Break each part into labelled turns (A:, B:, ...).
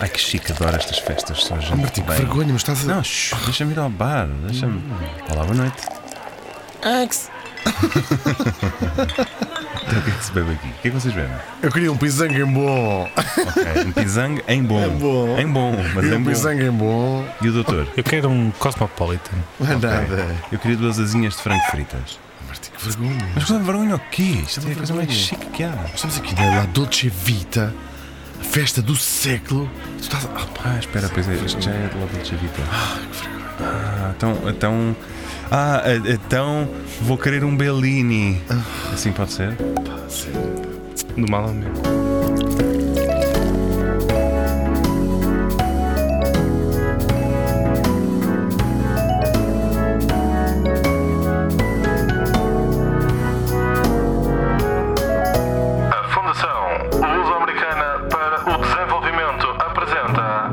A: Ai que chique, adoro estas festas. São gente
B: Martim, que
A: bem.
B: tipo, vergonha, mas estás a.
A: Não, shh, deixa-me ir ao bar. Deixa-me. Olá, boa noite. Então, o que é que se bebe aqui? O que é que vocês bebem?
B: Eu queria um pisang em bom.
A: Ok, um pisang em bom.
B: Em É bom.
A: Em bom, mas
B: Queria
A: em
B: um
A: bom.
B: pisang em bom.
A: E o doutor?
C: Eu quero um Cosmopolitan.
B: Não é nada.
A: Eu queria duas asinhas de frango fritas.
B: Martim, que Tipo, vergonha.
A: Mas que vergonha o quê? Isto é a
B: uma
A: coisa mais
B: vergonha.
A: chique que há.
B: Estamos aqui na La Dolce Vita, a festa do século. Tu estás. Ah, pá,
A: Ah, espera, pois é, isto já é do lado de Chavita. Ah, então, então. Ah, eh, então vou querer um Bellini.
B: Ah.
A: Assim pode ser?
C: Do mal ao menos.
D: A Fundação Luso-Americana para o Desenvolvimento apresenta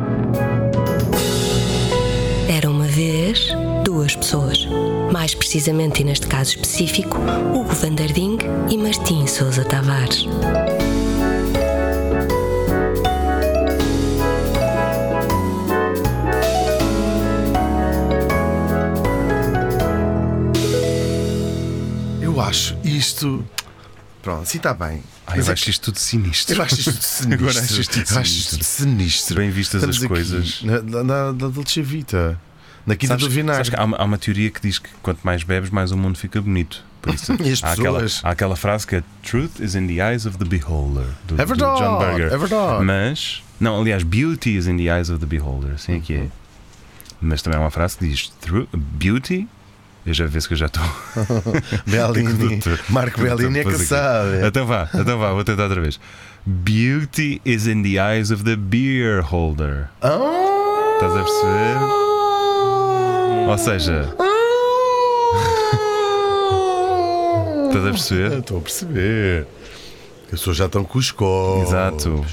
E: Era uma vez duas pessoas. Mais precisamente, e neste caso específico, Hugo Vandarding e Martim Sousa Tavares.
B: Ah, Eu acho isto. Pronto, sim, está bem.
A: Ah,
B: Mas
A: eu
B: é
A: acho
B: que-
A: isto tudo sinistro.
B: eu acho isto sinistro.
A: Agora acho isto tudo
B: Eu acho isto
A: sinistro.
B: sinistro.
A: Bem vistas as
B: Estamos aqui
A: coisas.
B: Na, na, na, na Dolce Vita. Na Quinta
A: Sabes-
B: do Vinagre.
A: sabes que há, uma, há uma teoria que diz que quanto mais bebes, mais o mundo fica bonito. Por isso,
B: E as
A: há, aquela,
B: pessoas?
A: há aquela frase que é Truth is in the eyes of the beholder. Do,
B: É verdade,
A: do John Berger.
B: é verdade.
A: Mas, não, aliás, beauty is in the eyes of the beholder. Assim é que é. Mas também há uma frase que diz "Tru- Beauty. Eu já vejo que eu já estou.
B: Bellini.
A: Doutor,
B: Marco Bellini é que
A: doutor,
B: sabe.
A: Então vá, então vá, vou tentar outra vez. Beauty is in the eyes of the beer holder.
B: Ah!
A: Estás a perceber? Ou seja. Estás a perceber?
B: Estou a perceber. As pessoas já estão com os copos.
A: Exato.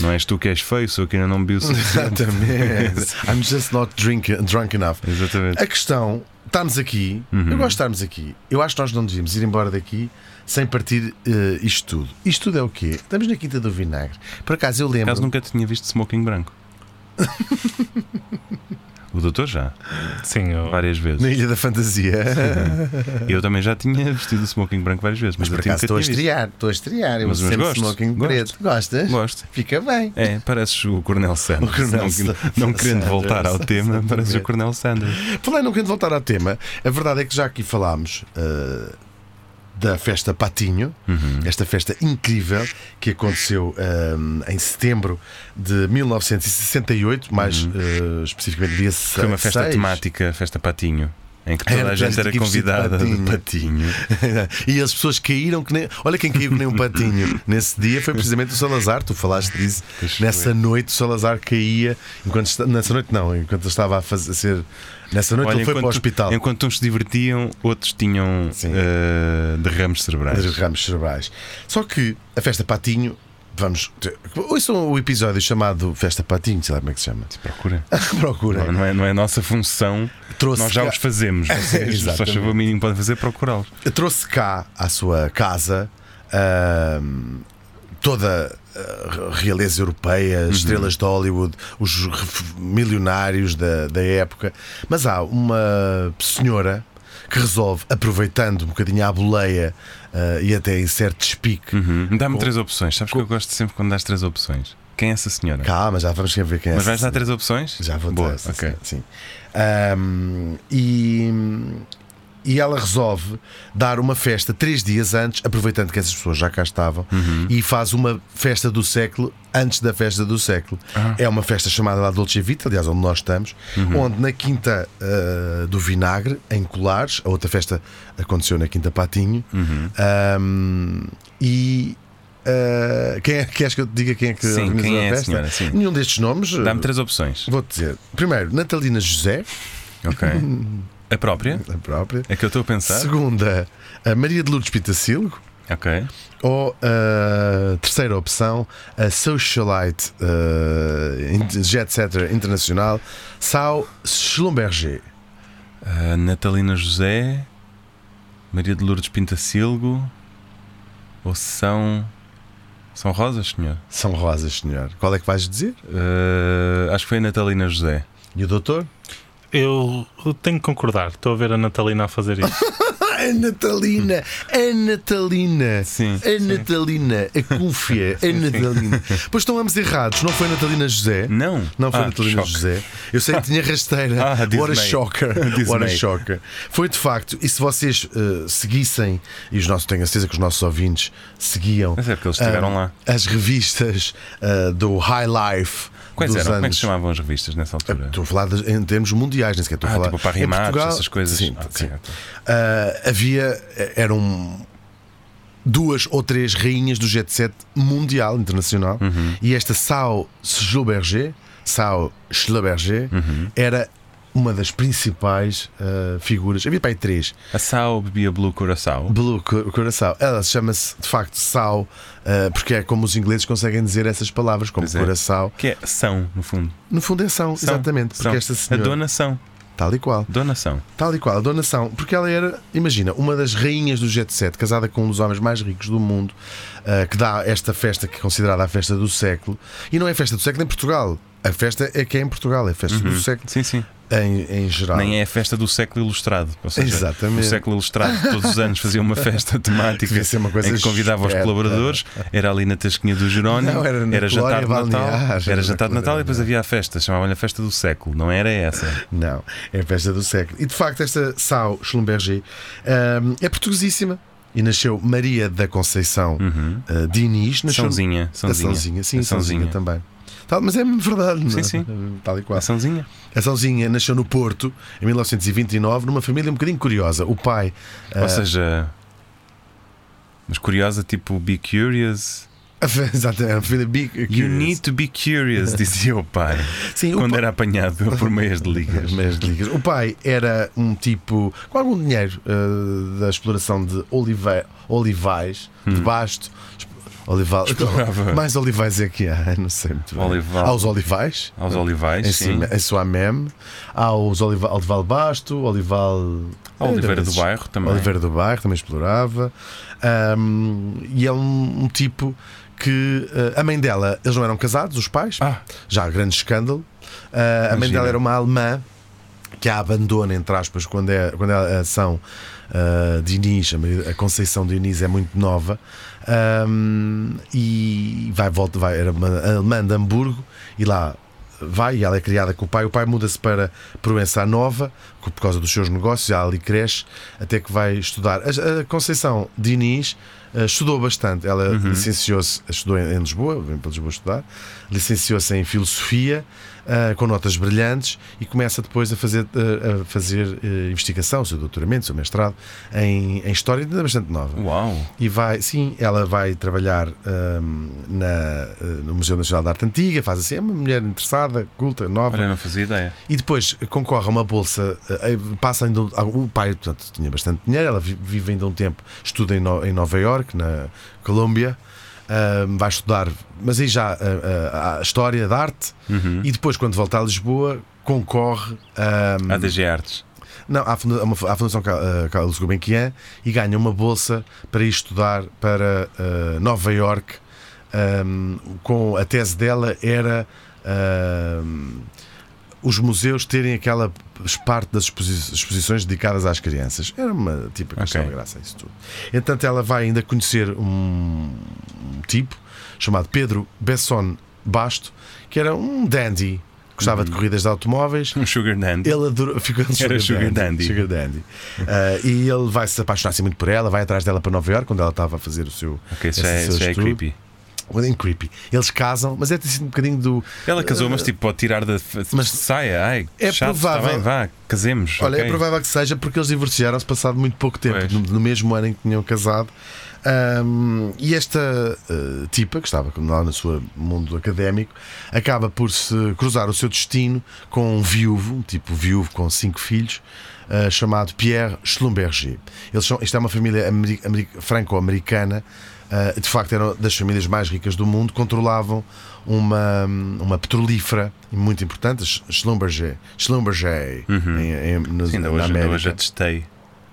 A: Não és tu que és feio, sou eu que ainda não bebi o suficiente.
B: Exatamente. I'm just not drink, drunk enough.
A: Exatamente. Uhum.
B: A questão, estamos aqui, eu gosto de estarmos aqui. Eu acho que nós não devíamos ir embora daqui sem partir eh, isto tudo. Isto tudo é o quê? Estamos na Quinta do Vinagre. Por acaso eu lembro.
A: Caso nunca tinha visto smoking branco. O doutor já,
C: Sim, eu...
A: várias
B: Na
A: vezes.
B: Ilha da Fantasia.
A: Eu também já tinha vestido smoking branco várias vezes, mas,
B: Por
A: eu tinha
B: acaso estou a
A: nunca tinha visto.
B: estrear, estou a estrear. Eu
A: Mas- mas
B: sempre
A: gosto,
B: smoking
A: gosto.
B: preto. Gostas?
A: Gosto.
B: Fica bem.
A: É, pareces o Coronel Sanders.
B: O Coronel
A: não,
B: Sanders.
A: não querendo voltar ao
B: Sanders,
A: tema,
B: exatamente.
A: pareces o Coronel Sanders.
B: Falei, não querendo voltar ao tema, a verdade é que já aqui falámos eh, da festa Patinho,
A: Uhum.
B: esta festa incrível que aconteceu eh, em setembro de 1968, mais eh, especificamente dia 6.
A: Uhum. Foi uma festa temática, festa patinho, em que toda
B: Era
A: a gente era
B: vestido de
A: convidada de
B: patinho.
A: patinho.
B: e as pessoas caíram que nem. Olha quem caiu que nem um patinho. Nesse dia foi precisamente o Salazar, tu falaste disso.
A: Pois
B: Nessa noite o Salazar caía, enquanto esta- nessa noite não, enquanto ele estava a fazer. a ser- Nessa noite ele foi para o hospital.
A: enquanto uns se divertiam, outros tinham
B: Sim.
A: eh, derrames cerebrais.
B: dos ramos cerebrais. Só que a festa Patinho, vamos. ter- Ouçam o episódio chamado Festa Patinho, sei lá como é que se chama.
A: Procura.
B: Procurem.
A: Não é, não é a nossa função.
B: Trouxe
A: Nós já
B: cá-
A: os fazemos. Vocês, só
B: Exatamente.
A: chegou o mínimo que podem fazer, é procurá-los.
B: Eu Trouxe cá à sua casa ahm, toda a realeza europeia,
A: Uhum.
B: estrelas de Hollywood, os ref- milionários da, da época. Mas há uma senhora que resolve, aproveitando um bocadinho a boleia ah, e até em certo despique.
A: Então Dá-me três opções. Sabes que eu gosto sempre quando dás três opções. Quem é essa senhora?
B: Calma, já vamos ver quem é
A: Mas
B: essa
A: vais dar três opções?
B: Já vou
A: Boa,
B: ter, sim,
A: ok.
B: sim. Ahm, e, e ela resolve dar uma festa três dias antes, aproveitando que essas pessoas já cá estavam,
A: Uhum.
B: e faz uma festa do século antes da festa do século.
A: Ah.
B: É uma festa chamada La Dolce Vita, aliás, onde nós estamos,
A: Uhum.
B: onde na Quinta ah, do Vinagre, em Colares, a outra festa aconteceu na Quinta Patinho,
A: Uhum.
B: ahm, e. ah, quem é, queres que eu te diga quem é que
A: Sim,
B: organizou
A: quem é
B: a
A: a
B: festa?
A: senhora, sim.
B: Nenhum destes nomes. ah,
A: Dá-me três opções.
B: Vou-te dizer. Primeiro, Natalina José,
A: Ok. A própria?
B: a própria.
A: É que eu estou a pensar.
B: Segunda, a Maria de Lourdes Pitacilgo.
A: Ok.
B: Ou a terceira opção, a socialite eh, in- jet setter internacional, Sal Schlumberger.
A: Uh, Natalina José, Maria de Lourdes Pintacilgo ou são São rosas, senhor?
B: São rosas, senhor. Qual é que vais dizer?
A: Eh, acho que foi a Natalina José.
B: E o doutor?
C: Eu tenho que concordar. Estou a ver a Natalina a fazer isso.
B: A Natalina, a Natalina,
A: Sim,
B: a Natalina, a Cúfia, a Natalina. Pois estão ambos errados, não foi a Natalina José?
A: Não.
B: Não foi
A: Ah,
B: a Natalina
A: choque.
B: José. Eu sei que tinha rasteira.
A: Ah,
B: What a
A: Disney.
B: shocker.
A: Disney.
B: What a shocker. Foi de facto, e se vocês eh, seguissem, e os nossos, tenho a certeza que os nossos ouvintes seguiam
A: Mas é porque eles estiveram
B: ah,
A: lá.
B: as revistas ah, do High Life.
A: Quais
B: dos
A: eram? Como é que
B: anos-
A: se chamavam as revistas nessa altura?
B: Estou a falar de- em termos mundiais, nem sequer estou a
A: Ah,
B: falar.
A: tipo para
B: Em
A: rimados,
B: Portugal-
A: essas coisas.
B: Sim,
A: Ah, ok,
B: sim.
A: ok.
B: Ah, havia, eram duas ou três rainhas do jet set mundial, internacional,
A: Uhum.
B: e esta Sao Schluberger, Sao Schluberger,
A: Uhum.
B: era uma das principais ah, figuras. Havia para aí três.
A: A Sal bebia Blue Curaçao.
B: Blue Cu- Curaçao. Ela chama-se de facto Sao, ah, porque é como os ingleses conseguem dizer essas palavras, como
A: Pois é.
B: Curaçao.
A: Que é São, no fundo.
B: No fundo é São,
A: São.
B: exatamente, porque
A: São.
B: esta
A: A
B: senhora.
A: Dona São.
B: Tal e qual.
A: Dona São.
B: Tal e qual, a donação, porque ela era, imagina, uma das rainhas do jet set, casada com um dos homens mais ricos do mundo, ah, que dá esta festa que é considerada a festa do século, e não é a festa do século em Portugal. A festa é que é em Portugal, é a festa do século
A: Sim, sim.
B: em, em geral.
A: Uhum. Nem é a festa do século ilustrado. Ou seja,
B: Exatamente.
A: O século ilustrado todos os anos fazia uma festa temática
B: Devia ser uma coisa
A: em que convidava os
B: esperta.
A: colaboradores. Era ali na Tasquinha do Jerónimo.
B: Não, era na
A: jantar
B: Colónia
A: de Natal.
B: Balnear, era
A: Era
B: na
A: jantar de Natal
B: Colónia.
A: e depois havia a festa. Chamavam-lhe a festa do século. Não era essa.
B: Não, é a festa do século. E de facto, esta Sal Schlumberger ah, é portuguesíssima e nasceu Maria da Conceição ah, Diniz, nasceu
A: Sãozinha.
B: A
A: Uhum. Sãozinha.
B: Sãozinha, sim,
A: A
B: Sãozinha também. Tal, mas é verdade, não
A: Sim,
B: é?
A: sim.
B: Tal e qual.
A: A Sãozinha.
B: A Sãozinha nasceu no Porto em 1929 numa família um bocadinho curiosa. O pai,
A: Ou seja. Mas curiosa, tipo, be curious.
B: exatamente, a é família Big
A: You need to be curious, dizia o pai.
B: Sim, o
A: quando
B: pai-
A: era apanhado por meias de ligas.
B: Mas ligas. O pai era um tipo com algum dinheiro eh, da exploração de olive... olivais, de basto. exp- Olival...
A: Hum.
B: então,
A: Explorava.
B: Mais olivais é que há, não sei muito bem.
A: Olival.
B: Aos olivais,
A: Aos olivais,
B: em,
A: sim.
B: cima, em sua meme. Aos olival, olival Basto, olival.
A: A Oliveira
B: Era
A: do
B: desses-
A: Bairro também.
B: Oliveira do Bairro também explorava. Ahm, e é um, um tipo que. eh, a mãe dela, eles não eram casados, os pais,
A: Ah.
B: já há grande escândalo. Ah, a mãe
A: Imagina.
B: dela era uma alemã que a abandona, entre aspas, quando é, quando é a ação ah, Diniz, a Maria- a Conceição Diniz é muito nova. ahm, e vai, volta, vai, era uma alemã de Hamburgo e lá vai e ela é criada com o pai. O pai muda-se para Proença à Nova co- por causa dos seus negócios, ela ali cresce até que vai estudar. A, a Conceição Diniz ah, estudou bastante. Ela licenciou-se, estudou em, em Lisboa, vem para Lisboa estudar, licenciou-se em Filosofia. ah, com notas brilhantes e começa depois a fazer, ah, a fazer eh, investigação, o seu doutoramento, o seu mestrado em, em História, ainda bastante nova.
A: Uau!
B: E vai, sim, ela vai trabalhar hum, na, eh, no Museu Nacional de Arte Antiga, faz assim, é uma mulher interessada, culta, nova.
A: Olha, não fazia ideia.
B: E depois concorre a uma bolsa, eh, eh, passa ainda. um- O pai, portanto, tinha bastante dinheiro, ela vi- vive ainda um tempo, estuda em, No- em Nova Iorque, na Colômbia. hum, vai estudar, mas aí já ah, a, a- a história da arte, e depois, quando volta a Lisboa, concorre hum,
A: ADG Artes.
B: não, à, funda- a uma- à Fundação Ca- eh, Carlos Gulbenkian e ganha uma bolsa para ir estudar para eh, Nova Iorque. Ahm, com a tese dela era ahm, os museus terem aquela parte das exposi- exposições dedicadas às crianças. Era uma tipo questão
A: Ok.
B: de graça isso tudo. Entretanto, ela vai ainda conhecer um, um tipo chamado Pedro Besson Basto, que era um dandy, gostava de corridas de automóveis
A: Um Sugar Nandy.
B: ele adorou, ficou de
A: Era Sugar Dandy.
B: Sugar Dandy. Ah, e ele vai se apaixonar assim muito por ela, vai atrás dela para Nova Iorque, quando ela estava a fazer o seu.
A: Ok, isso
B: esse
A: já é,
B: seu
A: isso já é
B: estudo.
A: creepy.
B: Um bocadinho creepy. Eles casam, mas é assim um bocadinho do.
A: Ela casou, mas tipo, pode tirar da.
B: Mas-
A: Mas saia, ai,
B: É
A: chato,
B: provável-
A: Tá bem, vá, casemos.
B: Olha, é
A: ok?
B: provável que seja porque eles divorciaram-se passado muito pouco tempo,
A: Pois.
B: no, no mesmo ano em que tinham casado. Ahm, e esta eh, tipa, que estava lá no seu mundo académico, acaba por se cruzar o seu destino com um viúvo, um tipo viúvo com cinco filhos, eh, chamado Pierre Schlumberger. Eles são, isto é uma família ameri- ameri- franco-americana, eh, de facto eram das famílias mais ricas do mundo, controlavam uma, uma petrolífera muito importante, Schlumberger, Schlumberger em- em- nos-
A: Ainda
B: na
A: hoje, é ainda
B: América.
A: hoje a testei.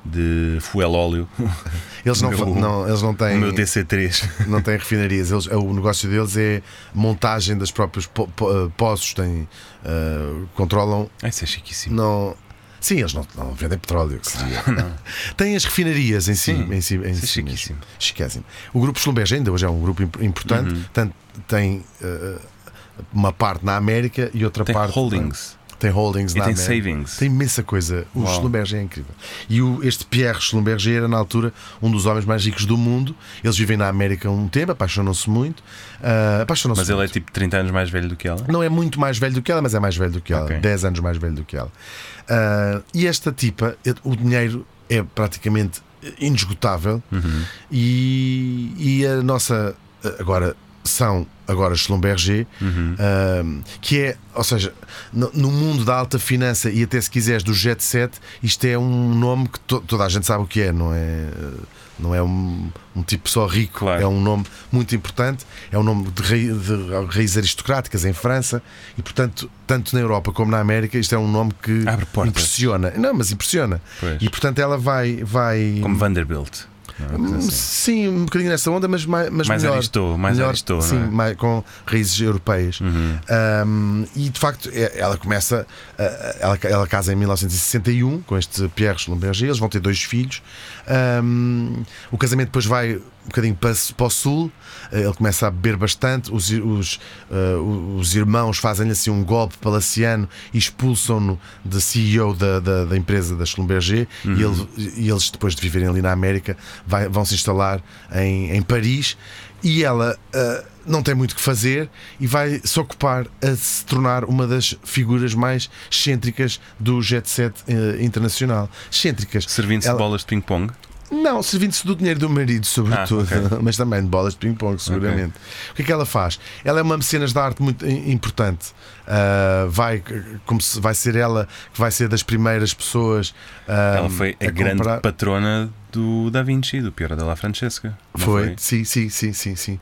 A: de fuel óleo.
B: Eles não,
A: O
B: fa-
A: meu-
B: não, eles não
A: O
B: têm,
A: meu DC3.
B: não têm refinarias. Eles, o negócio deles é montagem dos próprios po, po- eh, poços. Têm, eh, controlam.
A: Ah, Isso é chiquíssimo.
B: Não, sim, eles não, não vendem petróleo. Que seria. Têm as refinarias em si.
A: Sim,
B: em si, em
A: isso é
B: si mesmo.
A: chiquíssimo.
B: Chiquésimo. O grupo Schlumberger ainda hoje é um grupo imp- importante.
A: Uhum.
B: Tanto tem eh, uma parte na América e outra
A: Tem
B: parte.
A: holdings.
B: Tem holdings
A: E
B: na
A: tem
B: América.
A: savings.
B: Tem imensa coisa. O
A: Uau.
B: Schlumberger é incrível. E o, este Pierre Schlumberger era, na altura, um dos homens mais ricos do mundo. Eles vivem na América um tempo, apaixonam-se muito. ah, apaixonam-se
A: Mas ele é
B: muito.
A: tipo 30 anos mais velho do que ela.
B: Não é muito mais velho do que ela, mas é mais velho do que ela.
A: Ok.
B: 10 anos mais velho do que ela. Ah, e esta tipa, o dinheiro é praticamente inesgotável. E, e a nossa. Agora. São agora Schlumberger, ah, que é, ou seja, no, no mundo da alta finança e até se quiseres do jet set, isto é um nome que to- toda a gente sabe o que é, não é? Não é um, um tipo só rico,
A: Claro.
B: é um nome muito importante, é um nome de, raiz- de raízes aristocráticas em França e, portanto, tanto na Europa como na América, isto é um nome que
A: Abre portas.
B: impressiona. Não, mas impressiona.
A: Pois.
B: E, portanto, ela vai. vai
A: Como Vanderbilt. Não é uma coisa
B: Hum,
A: assim.
B: Sim, um bocadinho nessa onda, mas, mai- mas
A: Mais
B: melhor.
A: aristô, mais
B: melhor,
A: aristô, não
B: sim,
A: é?
B: mais- com raízes europeias. Um, e de facto, é- ela começa, uh, ela, ela casa em 1961 com este Pierre Schlumberger, eles vão ter dois filhos. Um, o casamento depois vai um bocadinho para, para o sul, uh, ele começa a beber bastante, os, ir- os, uh, os irmãos fazem-lhe assim um golpe palaciano e expulsam-no de CEO da, da, da empresa da Schlumberger e, ele- e eles depois de viverem ali na América vai- vão se instalar em, em Paris e ela ah, não tem muito o que fazer e vai se ocupar a se tornar uma das figuras mais excêntricas do jet set eh, internacional. Excêntricas.
A: é. Servindo-se
B: Ela-
A: de bolas de ping-pong.
B: Não, servindo-se do dinheiro do marido, sobretudo,
A: Ah,
B: mas também de bolas de ping-pong, seguramente. O que é que ela faz? Ela é uma mecenas de arte muito i- importante. Ah, vai, como se- vai ser ela que vai ser das primeiras pessoas. ah,
A: Ela foi a,
B: a
A: grande
B: comprar-
A: patrona do Da Vinci, do Piero della Francesca. não
B: Foi, sim, sim, sim, sim, sim.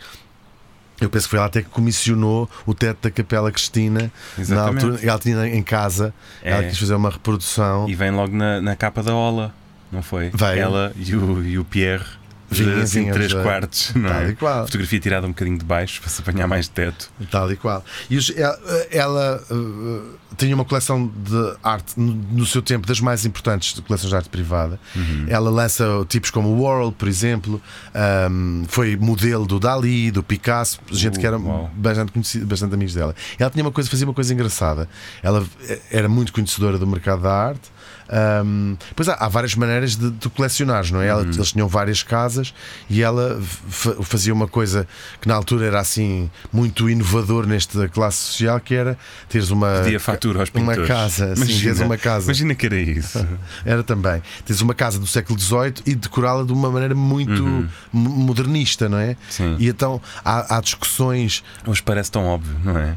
B: Eu penso que foi ela até que comissionou o teto da Capela Cristina na
A: Exatamente.
B: altura. Ela tinha em casa,
A: É.
B: ela quis fazer uma reprodução.
A: E vem logo na, na capa da Ola, não foi?
B: Veio.
A: Ela e o, e o Pierre.
B: Vinha,
A: assim,
B: vinha,
A: três
B: já.
A: quartos, não
B: Tal
A: é?
B: e qual.
A: Fotografia tirada um bocadinho de baixo para se apanhar mais de teto.
B: Tal e qual. E os- ela, ela, eh, tinha uma coleção de arte no- no seu tempo das mais importantes de coleções de arte privada.
A: Uhum.
B: Ela lança tipos como o Warhol, por exemplo, ahm, foi modelo do Dali, do Picasso, gente
A: Uh,
B: que era
A: uau.
B: bastante conhecida, bastante amigos dela. Ela tinha uma coisa, fazia uma coisa engraçada. Ela eh, era muito conhecedora do mercado da arte. Ahm, pois há, há várias maneiras de, de colecionares, não é?
A: Uhum.
B: Ela- Eles tinham várias casas e ela fa- fazia uma coisa que na altura era assim muito inovador nesta classe social, que era teres uma
A: Dia fatura aos
B: uma
A: pintores.
B: casa, sim, teres uma casa.
A: Imagina que era isso.
B: Era também. Tens uma casa do século XVIII e decorá-la de uma maneira muito
A: Uhum.
B: mo- modernista, não é?
A: Sim.
B: E então há, há discussões.
A: Hoje parece tão óbvio, não é?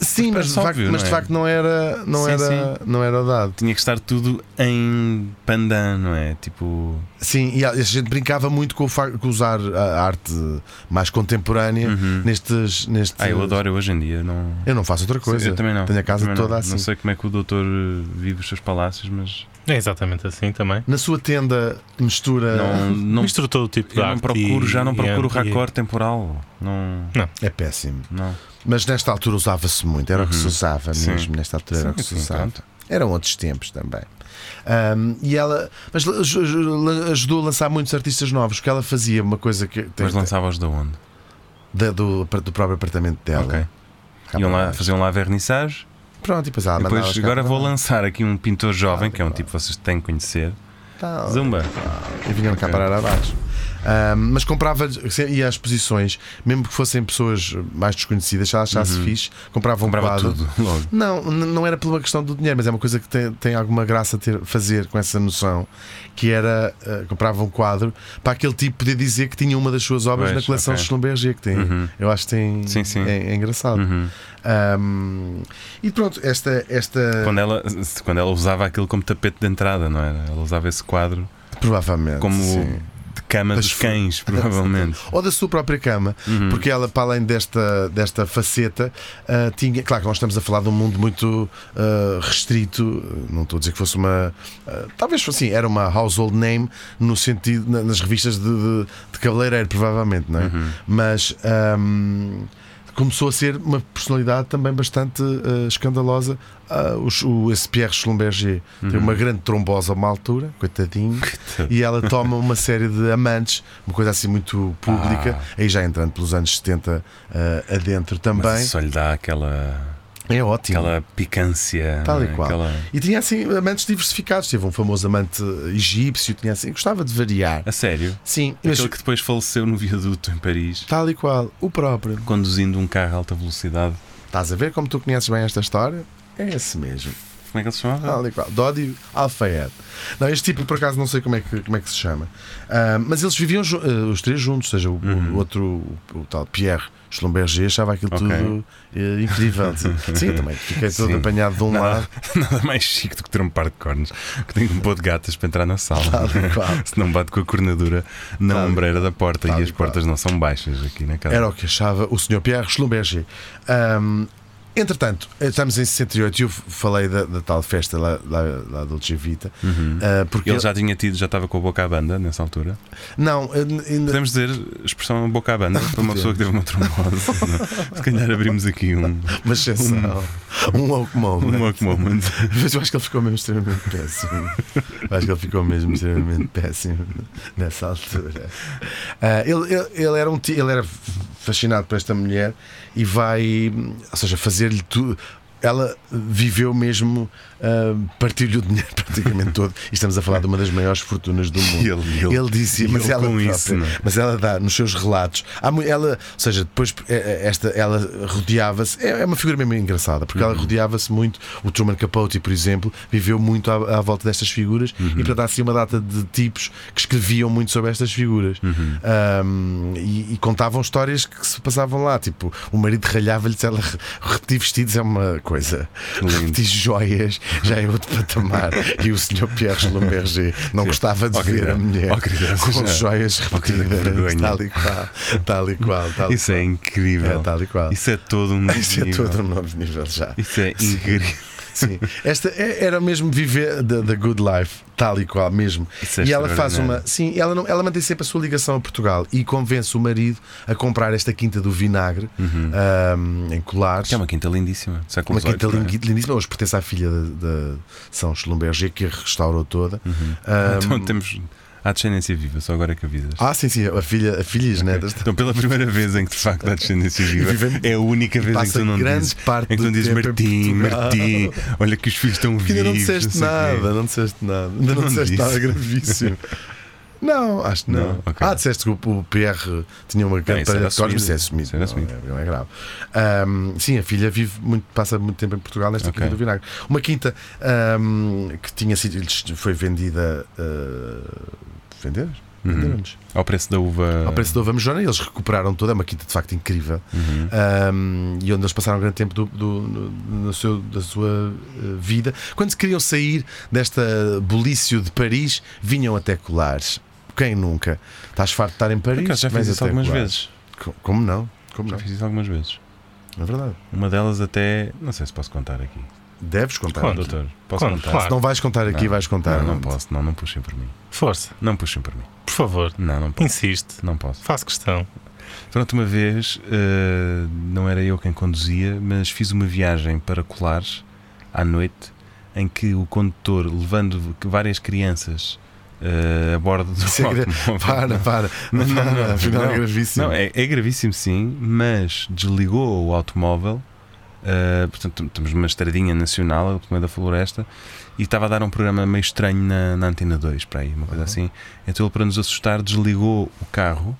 B: Sim, mas,
A: parece
B: de, facto,
A: óbvio,
B: mas
A: não
B: de
A: é?
B: facto não era, não
A: Sim,
B: era, Não era dado.
A: Tinha que estar tudo em pandan, não é? Tipo,
B: Sim, e a, a gente brincava muito com, o fa- com usar a arte mais contemporânea nestes, nestes.
A: Uhum. ah, eu adoro eu hoje em dia. Não...
B: Eu não faço outra coisa.
A: Eu também não.
B: Tenho a casa
A: Também
B: toda
A: não.
B: assim.
A: Não sei como é que o doutor eh, vive os seus palácios, mas
C: É exatamente assim também.
B: Na sua tenda mistura.
A: não, não,
C: Misturo todo o tipo de
A: eu não
C: arte
A: procuro,
C: e-
A: já não
C: e-
A: procuro
C: e-
A: raccord temporal. Não,
B: É péssimo.
A: não.
B: Mas nesta altura usava-se muito, era o que se usava
A: Uhum. Sim.
B: mesmo, nesta altura era
A: Sim,
B: o que se
A: sim,
B: usava.
A: pronto.
B: Eram outros tempos também. Ahm, e ela mas la- aj- aj- ajudou a lançar muitos artistas novos, porque ela fazia uma coisa que tem-
A: Mas lançavas de onde?
B: da- do, do próprio apartamento dela.
A: Ok.
B: Cá
A: Iam
B: para
A: lá,
B: baixo.
A: faziam lá a vernissage.
B: Pronto, e depois ela mandava
A: Depois,
B: cá
A: agora
B: para
A: vou
B: lá.
A: lançar aqui um pintor jovem, que é um tipo que vocês têm que conhecer.
B: Tal.
A: Zumba.
B: e vinham cá
A: Ok.
B: parar abaixo. Ahm, mas comprava ia às exposições, mesmo que fossem pessoas mais desconhecidas, se ela achasse fixe, comprava um
A: Uhum. Comprava
B: quadro.
A: tudo logo.
B: Não, n- não era pela questão do dinheiro, mas é uma coisa que tem, tem alguma graça ter, fazer com essa noção, que era eh, comprava um quadro para aquele tipo poder dizer que tinha uma das suas obras
A: Pois,
B: na coleção
A: ok. Uhum.
B: de Schlumberger que tem. Eu acho que tem
A: Sim, sim. Uhum.
B: É, é engraçado. Ahm, e pronto, esta, esta
A: Quando ela, quando ela usava aquilo como tapete de entrada, não era? Ela usava esse quadro
B: provavelmente
A: como
B: sim.
A: de cama
B: As
A: dos
B: fo-
A: cães, provavelmente.
B: ou da sua própria cama, porque ela, para além desta, desta faceta, ah, tinha. Claro que nós estamos a falar de um mundo muito ah, restrito, não estou a dizer que fosse uma. ah, talvez fosse assim, era uma household name no sentido. na- nas revistas de, de, de cabeleireiro, provavelmente, não é? Mas. ahm, Começou a ser uma personalidade também bastante ah, escandalosa. Ah, os- o, esse Pierre Schlumberger
A: Uhum.
B: tem uma grande trombose a uma altura, coitadinho, e ela toma uma série de amantes, uma coisa assim muito pública,
A: Ah.
B: aí já entrando pelos anos 70 ah, adentro também.
A: Mas só lhe dá aquela,
B: É ótimo.
A: aquela picância.
B: Tal e
A: não é?
B: qual.
A: Aquela-
B: E tinha assim amantes diversificados. Teve um famoso amante egípcio, tinha assim, gostava de variar.
A: A sério?
B: Sim, mas
A: Aquele que depois faleceu no viaduto em Paris,
B: tal e qual, o próprio.
A: conduzindo um carro a alta velocidade.
B: Estás a ver como tu conheces bem esta história? É esse mesmo.
A: Como é que ele se chamava?
B: Tal e qual. Dodi Alfayed. Não, este tipo, por acaso, não sei como é que, como é que se chama. Ah, mas eles viviam ju- ah, os três juntos, ou seja, o, o outro, o, o tal Pierre Schlumberger, achava aquilo
A: Uhum. Ok.
B: tudo eh, incrível. Sim. Sim, também fiquei todo
A: Sim.
B: apanhado de um lado.
A: Nada, nada mais chique do que ter um par de cornos que tem um pôr de gatas para entrar na
B: Tal
A: sala.
B: e qual.
A: Se não bate com a cornadura na
B: Tal e-
A: ombreira da porta
B: tal
A: e
B: e
A: as portas não são baixas aqui na casa.
B: Era o que achava o Sr. Pierre Schlumberger. Ahm, entretanto, estamos em 68 e eu falei da, da tal festa lá, lá, lá do Vita. ah, porque
A: Uhum. Ele já tinha tido, já estava com a boca à banda nessa altura.
B: Não, ainda- ainda-
A: Podemos dizer expressão boca à banda para uma pessoa que teve uma trombose. é? Se calhar abrimos aqui um,
B: uma exceção. é Um woke moment.
A: um woke moment.
B: Mas eu acho que ele ficou mesmo extremamente péssimo. Eu acho que ele ficou mesmo extremamente péssimo nessa altura. Ah, ele, ele, ele era um ti- ele era fascinado por esta mulher e vai, ou seja, fazer-lhe tudo. Ela viveu mesmo, ah, partiu-lhe o dinheiro praticamente todo. E estamos a falar de uma das maiores fortunas do mundo.
A: E ele- e ele-
B: dizia,
A: e
B: mas
A: ele
B: ela
A: com
B: própria-
A: isso, não é?
B: mas ela dá nos seus relatos. há mu- ela, ou seja, depois eh, eh, esta, ela rodeava-se. É é uma figura mesmo engraçada, porque
A: Uhum.
B: ela rodeava-se muito. O Truman Capote, por exemplo, viveu muito à, à volta destas figuras
A: Uhum.
B: e, portanto, há assim uma data de tipos que escreviam muito sobre estas figuras
A: Uhum.
B: Ahm, e, e contavam histórias que se passavam lá. Tipo, o marido ralhava-lhe se ela re- repetir vestidos é uma coisa, repetir joias já é outro patamar. e o senhor Pierre Schlumberger não gostava de
A: Oh,
B: ver
A: querida.
B: a mulher
A: Oh, querida,
B: com
A: seja-
B: joias
A: Oh, querida, que
B: repetidas,
A: vergonha.
B: tal e qual, tal e qual, tal
A: Isso é incrível.
B: É, tal e qual.
A: Isso é todo um
B: Isso é
A: nível.
B: todo um novo nível já.
A: Isso é incrível.
B: Sim. Esta é- era mesmo viver da da good life, tal e qual mesmo.
A: Isso é
B: e ela faz
A: extraordinário.
B: uma. Sim, ela, não, ela mantém sempre a sua ligação a Portugal e convence o marido a comprar esta quinta do vinagre ahm, em colares.
A: Uhum. Que é uma quinta lindíssima. do século
B: Uma quinta
A: XVIII, não é?
B: lingui- lindíssima, hoje pertence à filha da da São Schlumberger, que a restaurou toda. Ahm,
A: Então temos. Há descendência viva, só agora é que avisas.
B: ah, sim, sim, a filha, a filha né, e as netas.
A: Então, pela primeira vez em que de facto há descendência viva,
B: E vivemos-
A: é a única vez em que
B: passa
A: tu não
B: grande
A: dizes,
B: parte
A: em que tu não
B: do
A: dizes
B: tempo em
A: Martim,
B: Portugal."
A: Martim, olha que os filhos estão
B: Que
A: vivos.
B: ainda não
A: sei
B: disseste
A: o quê.
B: nada, não disseste nada. Ainda não,
A: Não
B: disseste
A: disse.
B: nada gravíssimo. Não, acho que não.
A: Não? Ok.
B: Ah, disseste que o, o PR tinha uma grande
A: isso era
B: parada de
A: assumido.
B: cornos, mas é assumido.
A: Isso era
B: não,
A: assumido.
B: é- não é grave. Ahm, sim, a filha vive muito, passa muito tempo em Portugal nesta
A: Ok.
B: quinta do vinagre. Uma quinta ahm, que tinha sido, lhes foi vendida. ah, venderam? Venderam-nos.
A: Uhum. Ao preço da uva.
B: Ao preço da Ova Mejona, eles recuperaram toda, é uma quinta de facto incrível.
A: Uhum.
B: Um, e onde eles passaram grande tempo do, do- no- no seu- da sua eh, vida. Quando se queriam sair desta bulício de Paris, vinham até colares. Quem nunca? Estás farto de estar em
A: Por
B: Paris?
A: acaso já
B: Vens
A: fiz isso
B: até
A: algumas
B: Colares.
A: vezes.
B: Co- Como não? Como
A: Já
B: não?
A: fiz isso algumas vezes.
B: É verdade.
A: Uma delas até. Não sei se posso contar aqui.
B: Deves contar.
C: Conta.
A: Doutor, posso
C: Conta,
A: contar?
B: Se não vais contar aqui, vais contar.
A: Não, não
B: onde?
A: posso, não, não puxem por mim.
C: Força,
A: Não puxem por mim.
C: por favor,
A: Não, não posso.
C: insiste.
A: Não posso.
C: Faço questão.
A: Pronto, uma vez, eh, não era eu quem conduzia, mas fiz uma viagem para Colares à noite em que o condutor, levando várias crianças eh, a bordo do
B: Isso é gra-
A: automóvel-
B: Para, para.
A: Não, não, não,
B: Afinal
A: não.
B: é gravíssimo.
A: Não, é, é gravíssimo sim, mas desligou o automóvel. eh, portanto, estamos numa estradinha nacional, ao meio da floresta, e estava a dar um programa meio estranho na, na Antena 2, para aí, uma coisa
B: Uhum.
A: assim. Então ele, para nos assustar, desligou o carro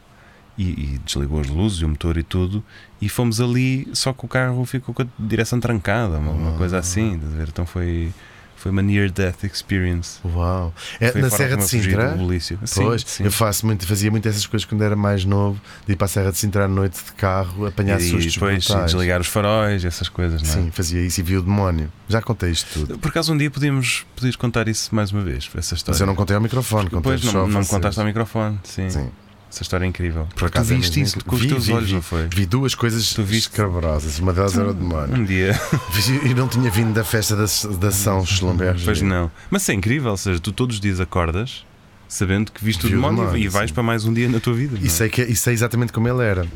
A: e, e desligou as luzes, e o motor e tudo, e fomos
B: Ah.
A: ali, só que o carro ficou com a direção trancada, uma, uma coisa assim, estás a ver? Então foi, Foi uma near-death experience.
B: Uau. É,
A: Foi a
B: na
A: forma
B: Serra
A: como
B: de
A: eu fugi
B: Sintra?
A: do bulício. Sim,
B: Pois,
A: sim.
B: eu faço muito, fazia muito essas coisas quando era mais novo, de ir para a Serra de Sintra à noite de carro, apanhar
A: E
B: sustos
A: depois
B: brutais.
A: desligar os faróis, essas coisas, não é?
B: Sim, fazia isso e vi o demónio. Já contei isto tudo.
A: Por acaso um dia podíamos, podias contar isso mais uma vez, essa história.
B: Mas eu não contei ao microfone, contei
A: Pois,
B: só
A: não,
B: a
A: não me
B: vocês.
A: contaste ao microfone, sim.
B: Sim.
A: Essa história é incrível. Por
B: acaso é
A: tu viste
B: mesmo
A: isso
B: incrível.
A: com os
B: Vi,
A: teus
B: vi,
A: olhos,
B: vi.
A: não foi?
B: Vi duas coisas
A: Tu viste-
B: escabrosas. Uma delas era o demónio.
A: Um dia,
B: E não tinha vindo da festa da, da São Schlumberger.
A: pois não. Mas é incrível, ou seja, tu todos os dias acordas sabendo que viste o
B: Vi o
A: demónio
B: demónio,
A: e vais
B: sim.
A: para mais um dia na tua vida. não é?
B: E sei, que, e sei exatamente como ele era.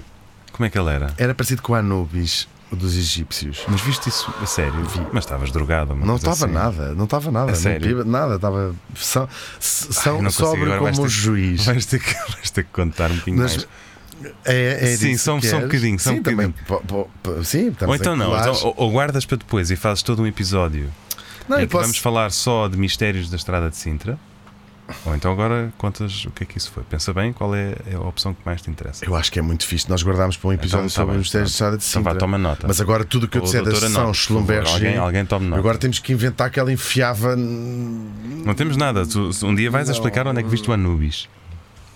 A: Como é que ela era?
B: Era parecido com Anubis, o dos egípcios.
A: Mas viste isso a sério? Mas estavas drogado, uma
B: Não
A: coisa
B: estava
A: assim.
B: nada, não estava nada.
A: A
B: nem
A: sério?
B: bêbado, Nada, estava são, s- são
A: não consigo,
B: sóbrio
A: agora
B: como
A: vais
B: um
A: ter-
B: juiz.
A: Vais ter, que, vais ter que contar um bocadinho
B: Nas-
A: mais.
B: É, é
A: Sim,
B: disso
A: são-
B: que
A: são um
B: queres?
A: bocadinho, são
B: sim,
A: um
B: também, po- po- po- sim, estamos
A: Ou então
B: em
A: não,
B: colares.
A: então, ou, ou guardas para depois e fazes todo um episódio
B: Não,
A: em
B: eu
A: É que
B: posso-
A: vamos falar só de mistérios da Estrada de Sintra. Ou então agora contas o que é que isso foi. Pensa bem qual é é a opção que mais te interessa.
B: Eu acho que é muito fixe. Nós guardámos para um episódio
A: Então, tá
B: sobre
A: bem,
B: o Mistério de
A: pronto.
B: Sara de
A: Então
B: Sintra.
A: vá, toma nota.
B: Mas agora tudo o que eu
A: Ou
B: disser da
A: doutora, não,
B: São
A: por favor,
B: Schlumberger.
A: alguém- alguém tome nota.
B: Agora temos que inventar que ela enfiava.
A: Não temos nada. Tu- se um dia vais a explicar onde é que viste o Anubis.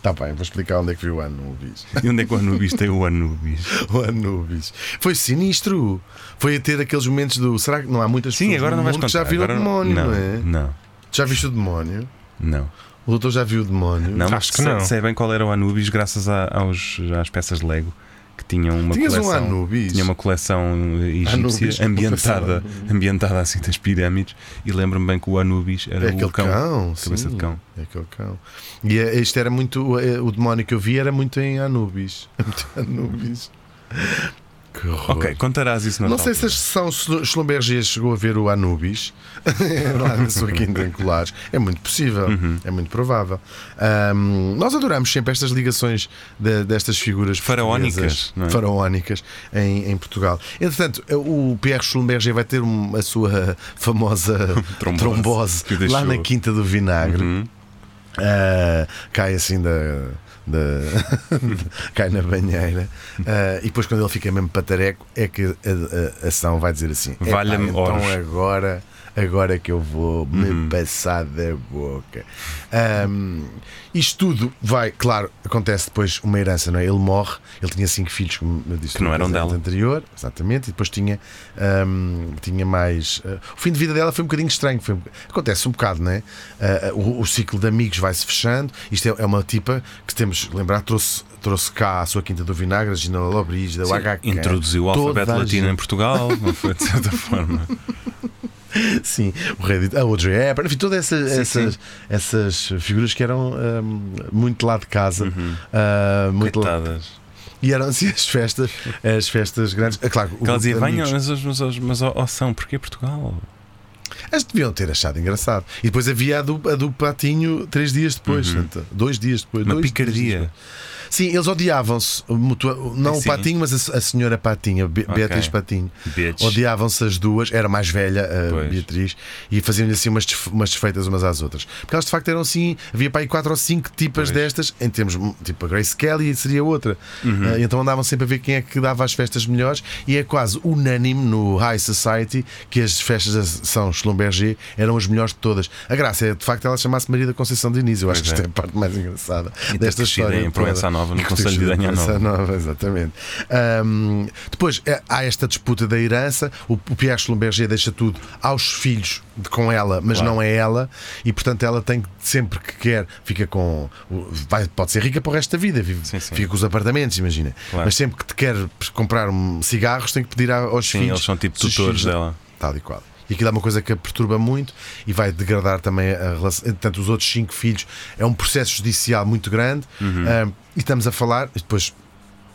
B: Tá bem, vou explicar onde é que viu o Anubis.
A: E onde é que o Anubis tem o Anubis.
B: O Anubis. Foi sinistro. Foi a ter aqueles momentos do. Será que não há muitas
A: Sim,
B: pessoas
A: agora
B: no
A: não vais
B: mundo
A: contar.
B: que já viram
A: agora,
B: o demónio, não,
A: não
B: é?
A: Não,
B: Já viste o demónio?
A: não.
B: O doutor já viu o demónio?
A: Não,
C: Acho que
A: sei-
C: não.
A: Sei bem qual era o Anubis, graças a- aos, às peças de Lego que tinham uma
B: Tinhas um
A: coleção.
B: Anubis.
A: Tinha uma coleção eh, egípcia
B: Anubis,
A: ambientada,
B: uma
A: ambientada assim das pirâmides. E lembro-me bem que o Anubis era
B: É
A: o
B: aquele
A: cão.
B: cão,
A: cabeça
B: sim,
A: de cão.
B: É aquele cão. E eh, isto era muito. eh, O demónio que eu vi era muito em Anubis. Muito em Anubis. Que horror.
A: Ok, contarás isso na
B: Não
A: outra
B: sei se a
A: altura.
B: sessão Schlumberger chegou a ver o Anubis lá na sua quinta em Colares. É muito possível,
A: Uhum.
B: é muito provável. Ahm, nós adoramos sempre estas ligações de- destas figuras
A: Faraónicas,
B: portuguesas,
A: não é?
B: faraónicas em, em Portugal. Entretanto, o Pierre Schlumberger vai ter um- a sua famosa trombose,
A: Trombose que o deixou. Uhum.
B: lá na Quinta do Vinagre. Ah, cai assim da. da- cai na banheira Ah, e depois quando ele fica mesmo patareco é que a, a- a ação vai dizer assim "Epá,
A: Valha-me
B: então
A: Horus."
B: agora agora é que eu vou me
A: Uhum.
B: passar da boca Ahm, isto tudo vai claro acontece depois uma herança não é ele morre ele tinha cinco filhos como eu disse
A: Que não
B: no
A: eram
B: casamento
A: dela.
B: anterior exatamente e depois tinha ahm, tinha mais ah, o fim de vida dela foi um bocadinho estranho foi um- acontece um bocado não é Ah, ah, o, o ciclo de amigos vai se fechando isto é, é uma tipa que temos de lembrar trouxe trouxe cá a sua quinta do vinagre a Gina Lobris da
A: Sim,
B: UHK
A: Introduziu o
B: Toda
A: alfabeto
B: a
A: latino
B: gente.
A: em Portugal, não foi de certa forma.
B: Sim, o Reddit, a Audrey Hepburn, enfim, todas essa-
A: Sim,
B: essas,
A: sim.
B: essas figuras que eram ahm, muito lá de casa. ah, muito lá-
A: Coitadas.
B: e eram assim as festas, as festas grandes. Ah, claro, o
A: Que ela dizia,
B: grupo de
A: venham,
B: amigos,
A: mas, mas, mas, mas ó, ó, são, porquê Portugal?
B: As deviam ter achado engraçado. E depois havia a do, a do Patinho três dias depois, portanto, dois dias depois.
A: Uma
B: dois, três dias
A: picardia.
B: depois. Sim, eles odiavam-se, mutua- não
A: Sim.
B: o Patinho, mas a, se- a senhora Patinho, a Be- Beatriz Patinho.
A: Bitch.
B: Odiavam-se as duas, era mais velha a
A: Pois.
B: Beatriz, e faziam-lhe assim umas, desf- umas desfeitas umas às outras. Porque elas de facto eram assim, havia para aí quatro ou cinco
A: Pois.
B: tipas destas, em termos tipo a Grace Kelly seria outra.
A: Uhum.
B: Ah, então andavam sempre a ver quem é que dava as festas melhores, e é quase unânime no High Society que as festas da São Schlumberger eram as melhores de todas. A graça é de facto ela chamar-se Maria da Conceição Diniz, eu acho
A: Pois
B: que
A: é.
B: esta é a parte mais engraçada
A: E ter
B: desta
A: crescido
B: história.
A: em
B: toda.
A: Proença Nova, no
B: E ter
A: Conselho de
B: crescido em
A: Idanha
B: Proença
A: Nova.
B: Nova, exatamente. Ahm, depois eh, há esta disputa da herança. O, o Pierre Schlumberger deixa tudo aos filhos de- com ela, mas não é ela, e portanto ela tem que, sempre que quer, fica com. o- Vai, pode ser rica para o resto da vida, vive-
A: Sim, sim.
B: fica com os apartamentos, imagina.
A: Claro.
B: Mas sempre que te quer comprar um cigarros, tem que pedir a- aos
A: Sim,
B: filhos.
A: eles são tipo
B: Se os
A: tutores
B: filhos-
A: dela.
B: Tal e qual. E aquilo é uma coisa que a perturba muito e vai degradar também a relação. Portanto, os outros cinco filhos é um processo judicial muito grande.
A: Uhum.
B: Ah, e estamos a falar, e depois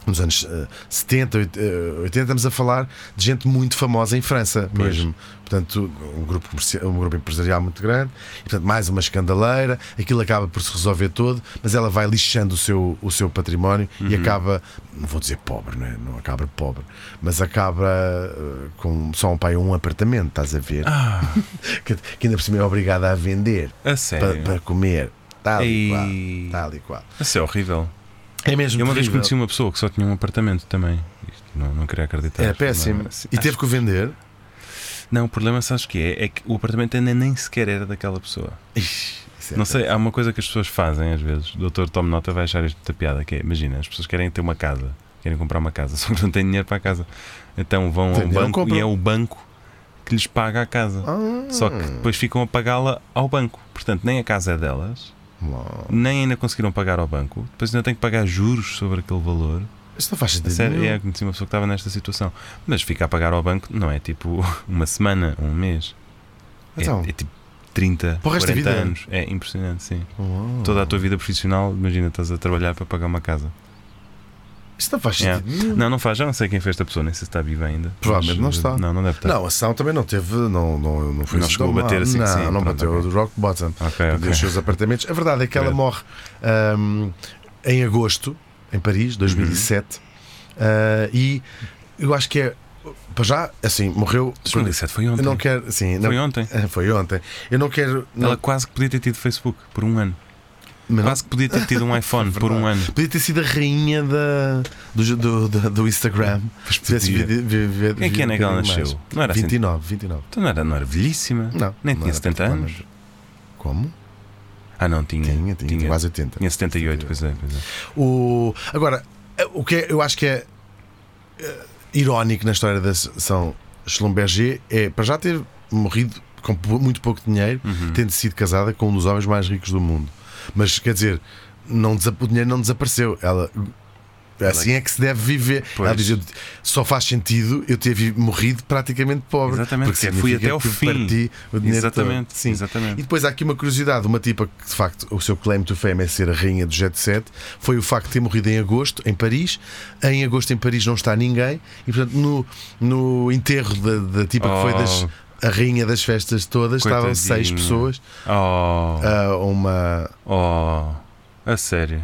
B: nos anos eh, 70, oit- eh, 80, estamos a falar de gente muito famosa em França mesmo. Portanto, um grupo, comerci- um grupo empresarial muito grande, e, portanto, mais uma escandaleira, aquilo acaba por se resolver todo, mas ela vai lixando o seu, o seu património e acaba, não vou dizer pobre, não, é? não acaba pobre, mas acaba eh, com só um pai e um apartamento, estás a ver? que, que ainda por cima é obrigada a vender
A: Ah, A
B: para,
A: sério.
B: para comer. Tal e qual.
A: Ei.
B: Tal e qual.
A: Isso é horrível.
B: É mesmo
A: Eu uma vez
B: terrível.
A: conheci uma pessoa que só tinha um apartamento também. Isto não, não queria acreditar.
B: Era É péssimo.
A: Mas,
B: E teve que o vender?
A: Não, o problema, sabes o que é? É que o apartamento ainda nem sequer era daquela pessoa.
B: Ixi, isso é
A: Não sei, há uma coisa que as pessoas fazem às vezes. O doutor Tom Nota vai achar isto da piada, que é, imagina, as pessoas querem ter uma casa, querem comprar uma casa, só que não têm dinheiro para a casa. Então vão
B: Tem
A: ao
B: dinheiro,
A: banco
B: compram.
A: e é o banco que lhes paga a casa.
B: Ah,
A: Só que
B: Hum.
A: depois ficam a pagá-la ao banco. Portanto, nem a casa é delas,
B: Uau.
A: nem ainda conseguiram pagar ao banco. Depois ainda têm que pagar juros sobre aquele valor.
B: Isso não faz
A: A
B: sentido.
A: sério,
B: nenhum.
A: é, conheci uma pessoa que estava nesta situação. Mas ficar a pagar ao banco não é tipo uma semana, um mês. É,
B: Então.
A: é tipo 30,
B: Para o resto da
A: 40
B: vida.
A: anos. É impressionante, sim.
B: Uau.
A: Toda a tua vida profissional, imagina, estás a trabalhar para pagar uma casa.
B: Isso não faz
A: É.
B: sentido. nenhum.
A: Não, não faz, já não sei quem foi esta pessoa, nem sei se está viva ainda.
B: Provavelmente
A: Mas,
B: não está.
A: Não, não deve estar.
B: Não, a ação também não teve. Não, não, não
A: tá.
B: foi
A: Não
B: assim
A: chegou a
B: tão
A: bater
B: mal.
A: assim,
B: Não,
A: sim,
B: não
A: pronto,
B: bateu
A: ok.
B: do rock bottom.
A: Ok, ok.
B: Perdeu os seus apartamentos. A verdade é que ela
A: Credo.
B: morre ahm, em agosto, em
A: Uhum.
B: Paris, 2007. ah, e eu acho que é. Para já, assim, morreu.
A: 2007 é foi ontem.
B: Eu não quero. Sim, não- eh,
A: Foi ontem.
B: Foi ontem. Eu não quero. não-
A: Ela quase que podia ter tido Facebook por um ano.
B: mas não-
A: Quase que podia ter tido um iPhone por um ano.
B: Podia ter sido a rainha da, do, do, do, do Instagram.
A: Pois
B: Tivesse
A: podia.
B: vivido- vivido-
A: Quem é que
B: vivido
A: ano é que ela
B: um bocadinho
A: nasceu?
B: mais.
A: Não era assim.
B: 29, 29.
A: Então não era, não era velhíssima.
B: Não.
A: Nem
B: não
A: tinha
B: era
A: 70 anos.
B: particularmente. Como?
A: Ah, não, tinha.
B: Tinha, tinha, tinha quase 80.
A: tinha 78, pois é, pois é.
B: O, agora, o que é- eu acho que é, eh, irónico na história da São Schlumberger é para já ter morrido com pou- muito pouco dinheiro,
A: Uhum.
B: tendo sido casada com um dos homens mais ricos do mundo. Mas quer dizer, não desa- o dinheiro não desapareceu. Ela. Assim é que se deve viver.
A: Pois.
B: Ela diz, eu- só faz sentido eu ter vi- morrido praticamente pobre.
A: Exatamente,
B: porque
A: eu fui
B: significa
A: até ao
B: que
A: fim.
B: Parti o dinheiro
A: Exatamente,
B: todo. Sim.
A: exatamente.
B: E depois há aqui uma curiosidade: uma tipa que de facto o seu claim to fame é ser a rainha do Jet Set foi o facto de ter morrido em agosto em Paris. Em agosto em Paris não está ninguém e portanto no, no enterro da, da tipa que foi
A: Oh.
B: das, a rainha das festas todas estavam seis
A: Coitadinha.
B: pessoas.
A: Oh,
B: ah, uma
A: oh, a sério.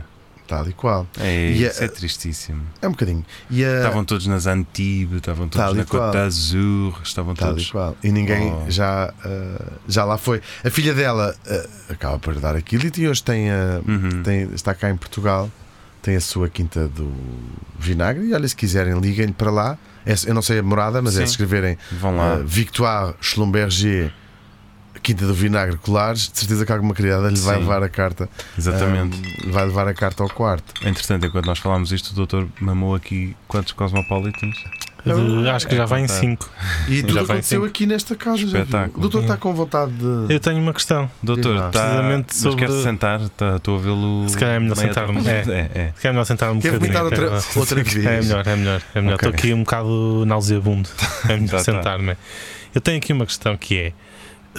B: tal e qual.
A: É,
B: Ah. E a-
A: isso é tristíssimo.
B: É um bocadinho. E a-
A: Estavam todos nas Antibes, estavam todos
B: Tal e
A: na Côte
B: qual.
A: d'Azur, estavam
B: Tal e
A: todos.
B: qual. E ninguém
A: Oh.
B: já, ah, já lá foi. A filha dela ah, acaba por dar aquilo e hoje tem, a-
A: Uhum.
B: tem- está cá em Portugal, tem a sua quinta do vinagre. E olha, se quiserem, liguem-lhe para lá. É- eu não sei a morada, mas é
A: Sim.
B: se escreverem
A: Vão lá.
B: ah, Victoire Schlumberger, Quinta do Vinagre Colares, de certeza que alguma criada lhe vai
A: Sim.
B: levar a carta.
A: Exatamente.
B: ah, vai levar a carta ao quarto.
A: Entretanto, enquanto nós falámos isto, o doutor mamou aqui quantos cosmopolitans?
C: De- acho que
A: É,
C: já vai em
A: tá.
C: 5.
B: E tudo
C: vai
B: aconteceu
C: sempre.
B: aqui nesta casa. já viu?
A: Espetáculo.
B: O doutor está com vontade de.
C: Eu tenho uma questão.
A: Doutor,
B: lá.
A: está.
C: Precisamente
A: Mas
C: sobre-
A: quer sentar? Tá, estou a vê-lo.
C: Se calhar é melhor
A: meio
C: sentar-me,
A: atrapalhado.
C: é.
A: É, é.
C: Se calhar é melhor sentar um
B: Quer
C: bocadinho.
B: vomitar outra,
C: pera lá.
B: outra
C: É
B: vez?
C: melhor, é melhor, é melhor.
A: Ok.
C: Estou aqui um bocado nauseabundo. É
A: Tá,
C: melhor
A: tá.
C: sentar-me. Eu tenho aqui uma questão que é: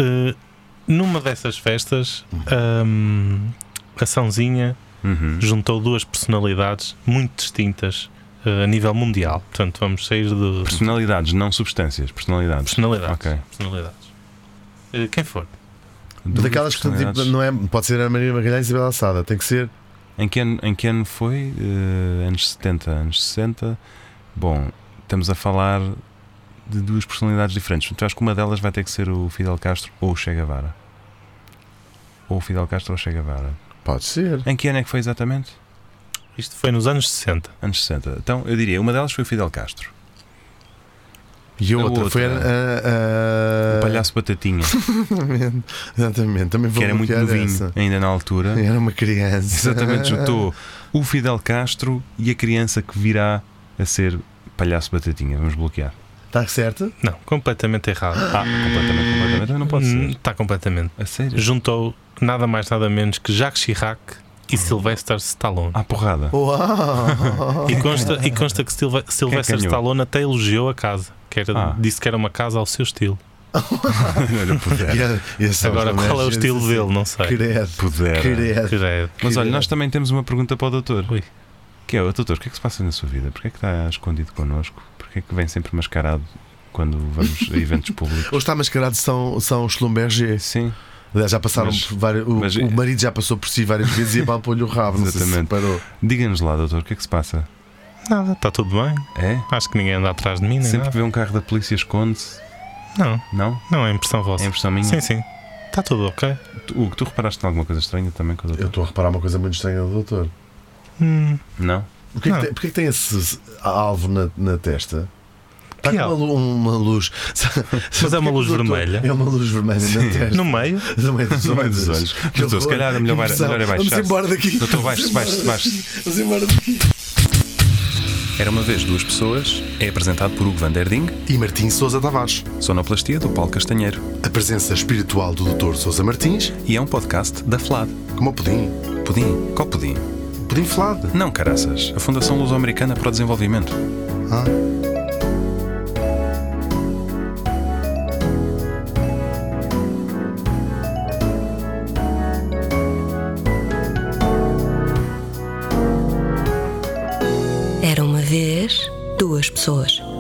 C: eh, numa dessas festas,
A: Hum.
C: ahm, a Sãozinha
A: Uhum.
C: juntou duas personalidades muito distintas eh, a nível mundial. Portanto, vamos sair de
A: Personalidades, não substâncias. Personalidades.
C: personalidades.
A: Ok.
C: personalidades. Eh, quem for?
A: Dúvidas,
B: Daquelas que tipo,
A: personalidades.
B: não é, pode ser a Maria Magalhães e Isabel Alçada, tem que ser.
A: Em que ano, em que ano foi? Eh, anos 70, anos 60. Bom, estamos a falar de duas personalidades diferentes. Então acho que uma delas vai ter que ser o Fidel Castro ou o Che Guevara. Ou o Fidel Castro ou o Che Guevara.
B: Pode ser.
A: Em que ano é que foi exatamente?
C: Isto foi nos anos 60.
A: Anos 60. Então eu diria, uma delas foi o Fidel Castro.
B: E a
A: A
B: outra,
A: outra.
B: foi a. a- a-
A: O palhaço Batatinha,
B: Exatamente. Exatamente. Também vou
A: que era muito
B: bloquear
A: novinho
B: essa.
A: ainda na altura.
B: Era uma criança.
A: Exatamente, juntou o Fidel Castro e a criança que virá a ser palhaço Batatinha. Vamos bloquear.
B: Está Tá certo?
C: Não, completamente errado.
A: Ah, completamente, completamente. Não pode
C: Hum,
A: ser.
C: Está completamente.
A: A sério?
C: Juntou nada mais, nada menos que Jacques Chirac e
A: Uhum.
C: Sylvester Stallone.
A: À Ah, porrada.
B: Uau!
A: Oh.
C: E consta, e consta que Silva- Sylvester
A: é ganhou?
C: Stallone até elogiou a casa. Que era-
A: Ah.
C: Disse que era uma casa ao seu estilo.
A: Olha,
B: E
A: puder.
B: a- e a São
C: Agora,
B: Tomé,
C: qual é o
B: gente,
C: estilo
B: assim,
C: dele? Não sei.
B: Credo.
A: Pudera.
B: Credo.
C: Credo.
A: Mas olha,
B: Querer.
A: nós também temos uma pergunta para o doutor.
C: Ui.
A: Que é, o doutor, o que é que se passa na sua vida? Porquê é que está escondido connosco? Porquê é que vem sempre mascarado quando vamos a eventos públicos?
B: Hoje está mascarado São, São Schlumberger.
A: Sim,
B: Aliás, Já passaram
A: Mas-
B: por várias- o,
A: mas-
B: o marido já passou por si várias vezes e apalpou-lhe o rabo. Não sei se
A: Exatamente.
B: parou.
A: diga-nos lá, doutor, o que é que se passa?
C: Nada, está tudo bem.
A: É?
C: Acho que ninguém anda atrás de mim, nem
A: Sempre que
C: nada.
A: vê um carro da polícia esconde-se?
C: Não,
A: Não?
C: não é impressão vossa.
A: É impressão minha?
C: Sim, sim. Está tudo ok.
A: Tu- Hugo, tu reparaste em alguma coisa estranha também com o
B: Eu
A: doutor?
B: estou a reparar uma coisa muito estranha do doutor.
C: Hum,
A: Não?
B: Porquê,
C: Não.
B: que tem, porquê que tem esse alvo na, na testa? Está
C: Que
B: com uma, lu- uma luz. Sabe- sabe
C: é uma
B: porquê
C: luz
B: que o doutor-
C: vermelha?
B: É uma luz vermelha na testa. é
C: No meio?
B: No meio dos
A: No meio dos olhos.
B: Que
A: Doutor, se
B: horror.
A: calhar é melhor-
B: Que impressão.
A: melhor é
B: Vamos
A: baixar-se.
B: embora daqui.
A: Doutor, baixe-se, baixe-se,
B: Vamos embora
A: baixe-se.
B: daqui. Vamos embora daqui.
A: Era uma vez duas pessoas é apresentado por Hugo Van Der Ding,
B: E Martim Sousa Tavares.
A: sonoplastia do Paulo Castanheiro
B: A presença espiritual do Dr. Sousa Martins,
A: e é um podcast da FLAD.
B: como o pudim.
A: Pudim? Qual pudim?
B: Pudim flado.
A: Não, caraças. A Fundação Luso-Americana para o Desenvolvimento.
B: Ah.
E: Era uma vez duas pessoas.